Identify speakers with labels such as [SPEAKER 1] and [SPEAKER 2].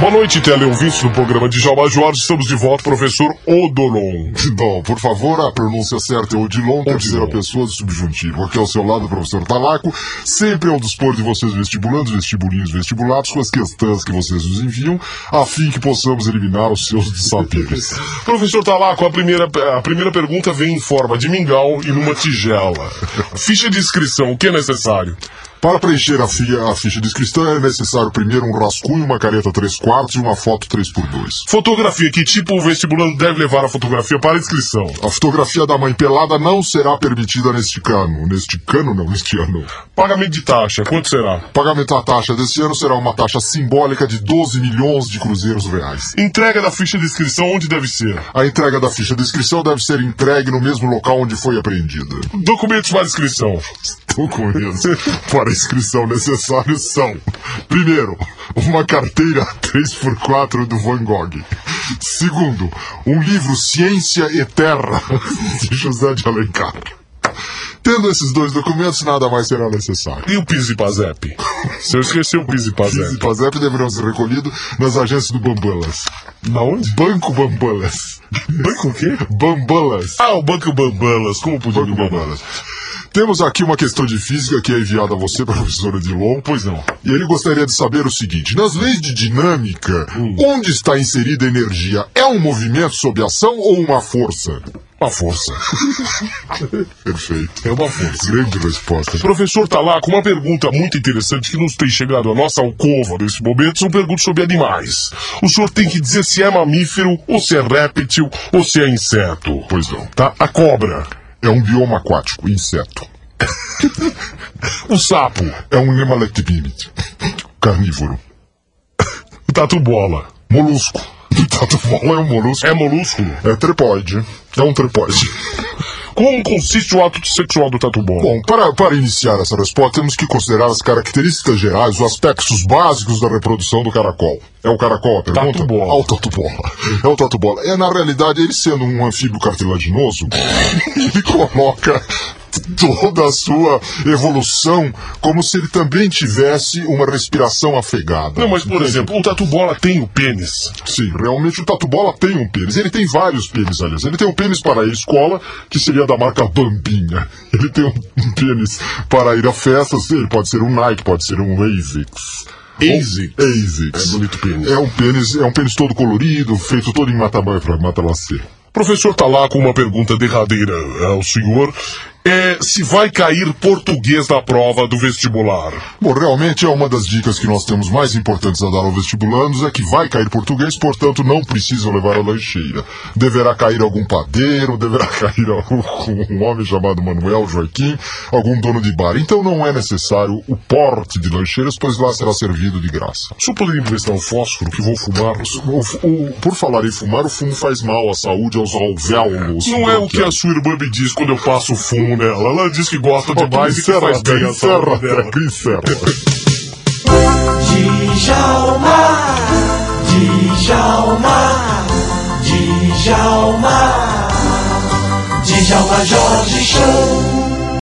[SPEAKER 1] Boa noite, teleouvintes do programa de Jalma Jorge. Estamos de volta, professor Odolon.
[SPEAKER 2] Bom, por favor, a pronúncia certa é Odilon, terceira pessoa do subjuntivo. Aqui ao seu lado, o professor Talaco, sempre ao dispor de vocês, vestibulandos, vestibulinhos, vestibulados, com as questões que vocês nos enviam, a fim que possamos eliminar os seus dessaberes.
[SPEAKER 1] Professor Talaco, a primeira, a primeira pergunta vem em forma de mingau e numa tigela. Ficha de inscrição, o que é necessário?
[SPEAKER 2] Para preencher a, fia, a ficha de inscrição é necessário primeiro um rascunho, uma careta 3 quartos e uma foto 3x2.
[SPEAKER 1] Fotografia, que tipo o vestibulando deve levar a fotografia para a inscrição?
[SPEAKER 2] A fotografia da mãe pelada não será permitida neste cano. Neste cano, não, neste ano.
[SPEAKER 1] Pagamento de taxa, quanto será?
[SPEAKER 2] Pagamento da taxa deste ano será uma taxa simbólica de 12 milhões de cruzeiros reais.
[SPEAKER 1] Entrega da ficha de inscrição, onde deve ser?
[SPEAKER 2] A entrega da ficha de inscrição deve ser entregue no mesmo local onde foi apreendida.
[SPEAKER 1] Documentos para inscrição.
[SPEAKER 2] Documentos para inscrição necessários são: primeiro, uma carteira 3x4 do Van Gogh. Segundo, um livro Ciência e Terra de José de Alencar. Tendo esses dois documentos, nada mais será necessário.
[SPEAKER 1] E o PIS e PASEP? Se eu esqueci o PIS e
[SPEAKER 2] PIS e
[SPEAKER 1] PASEP.
[SPEAKER 2] PASEP deverão ser recolhidos nas agências do Bambulas.
[SPEAKER 1] Na onde?
[SPEAKER 2] Banco Bambulas.
[SPEAKER 1] Banco o quê?
[SPEAKER 2] Bambulas.
[SPEAKER 1] Ah, o Banco Bambalas. Como podia
[SPEAKER 2] Banco
[SPEAKER 1] me enganar?
[SPEAKER 2] Bambulas. Temos aqui uma questão de física que é enviada a você, professor Edilon.
[SPEAKER 1] Pois não.
[SPEAKER 2] E ele gostaria de saber o seguinte: nas leis de dinâmica,
[SPEAKER 1] Hum.
[SPEAKER 2] onde está inserida a energia? É um movimento sob ação ou uma força?
[SPEAKER 1] Uma força.
[SPEAKER 2] Perfeito.
[SPEAKER 1] É uma força.
[SPEAKER 2] Grande resposta.
[SPEAKER 1] Professor Talaco, uma pergunta muito interessante que nos tem chegado à nossa alcova nesse momento são perguntas sobre animais. O senhor tem que dizer se é mamífero, ou se é réptil, ou se é inseto.
[SPEAKER 2] Pois não.
[SPEAKER 1] Tá? A cobra,
[SPEAKER 2] É um bioma aquático, inseto.
[SPEAKER 1] o sapo,
[SPEAKER 2] É um nemalectivimid, carnívoro.
[SPEAKER 1] o tatu bola.
[SPEAKER 2] Molusco. Tatubola é um molusco.
[SPEAKER 1] É molusco?
[SPEAKER 2] É tripóide. É um tripóide.
[SPEAKER 1] Como consiste o ato sexual do tatu bola?
[SPEAKER 2] Bom, para, para iniciar essa resposta, temos que considerar as características gerais, os aspectos básicos da reprodução do caracol. É o caracol a pergunta?
[SPEAKER 1] Tatu-bola.
[SPEAKER 2] É o tatu-bola. É o tatu-bola. É, na realidade, ele sendo um anfíbio cartilaginoso, ele coloca toda a sua evolução como se ele também tivesse uma respiração afegada.
[SPEAKER 1] Não, mas por exemplo, o tatu bola tem o pênis.
[SPEAKER 2] Sim, realmente o Tatu-Bola tem um pênis. Ele tem vários pênis, aliás. Ele tem um pênis para ir à escola, que seria da marca Bambinha. Ele tem um pênis para ir a festas. Ele pode ser um Nike, pode ser um ASICS.
[SPEAKER 1] ASICS?
[SPEAKER 2] Ou- ASICS.
[SPEAKER 1] É bonito pênis.
[SPEAKER 2] É um pênis, é um pênis todo colorido, feito todo em mata para mata lacê.
[SPEAKER 1] Professor Talaco, uma pergunta derradeira ao senhor. É se vai cair português na prova do vestibular.
[SPEAKER 2] Bom, realmente é uma das dicas que nós temos mais importantes a dar aos vestibulandos é que vai cair português, portanto não precisam levar a lancheira. Deverá cair algum padeiro, deverá cair algum um homem chamado Manuel Joaquim, algum dono de bar. Então não é necessário o porte de lancheiras, pois lá será servido de graça.
[SPEAKER 1] O senhor poderia me prestar um fósforo que vou fumar?
[SPEAKER 2] O fu- o- por falar em fumar, o fumo faz mal à saúde, aos alvéolos.
[SPEAKER 1] Não é o que a sua irmã me diz quando eu passo fumo nela. Ela diz que gosta demais e é que
[SPEAKER 2] Encerra,
[SPEAKER 1] faz bem a
[SPEAKER 2] encerra,
[SPEAKER 1] saúde dela.
[SPEAKER 2] encerra.
[SPEAKER 3] Djalma, Djalma, Djalma, Djalma Jorge Show.